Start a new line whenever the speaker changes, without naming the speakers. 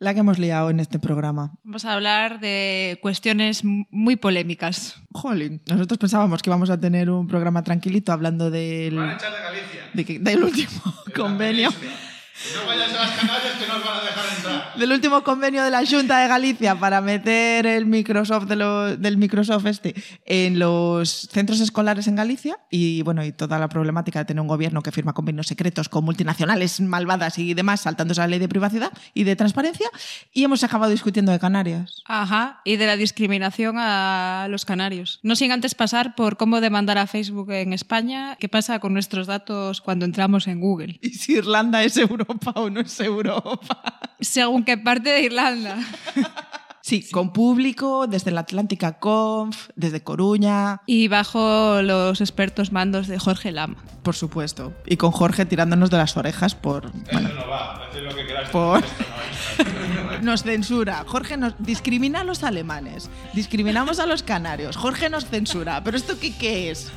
La que hemos liado en este programa.
Vamos a hablar de cuestiones muy polémicas.
Jolín, nosotros pensábamos que íbamos a tener un programa tranquilito hablando del,
Van a echar de Galicia.
de que- del último
de la
convenio.
península. No vayas a las Canarias que nos van a dejar entrar.
Del último convenio de la Junta de Galicia para meter el Microsoft de lo- del Microsoft este en los centros escolares en Galicia y bueno y toda la problemática de tener un gobierno que firma convenios secretos con multinacionales malvadas y demás saltándose la ley de privacidad y de transparencia y hemos acabado discutiendo de Canarias.
Ajá, y de la discriminación a los canarios. No sin antes pasar por cómo demandar a Facebook en España, qué pasa con nuestros datos cuando entramos en Google.
Y si Irlanda es Europa o no es Europa.
Según qué parte de Irlanda.
Sí, con público, desde la Atlántica Conf, desde Coruña,
Y bajo los expertos mandos de Jorge Lama.
por supuesto. Y con Jorge tirándonos de las orejas por... bueno,
Eso no va, haced lo que queráis.
por... Nos censura. Jorge nos discrimina a los alemanes. Discriminamos a los canarios. Jorge nos censura. ¿Pero esto qué, qué es?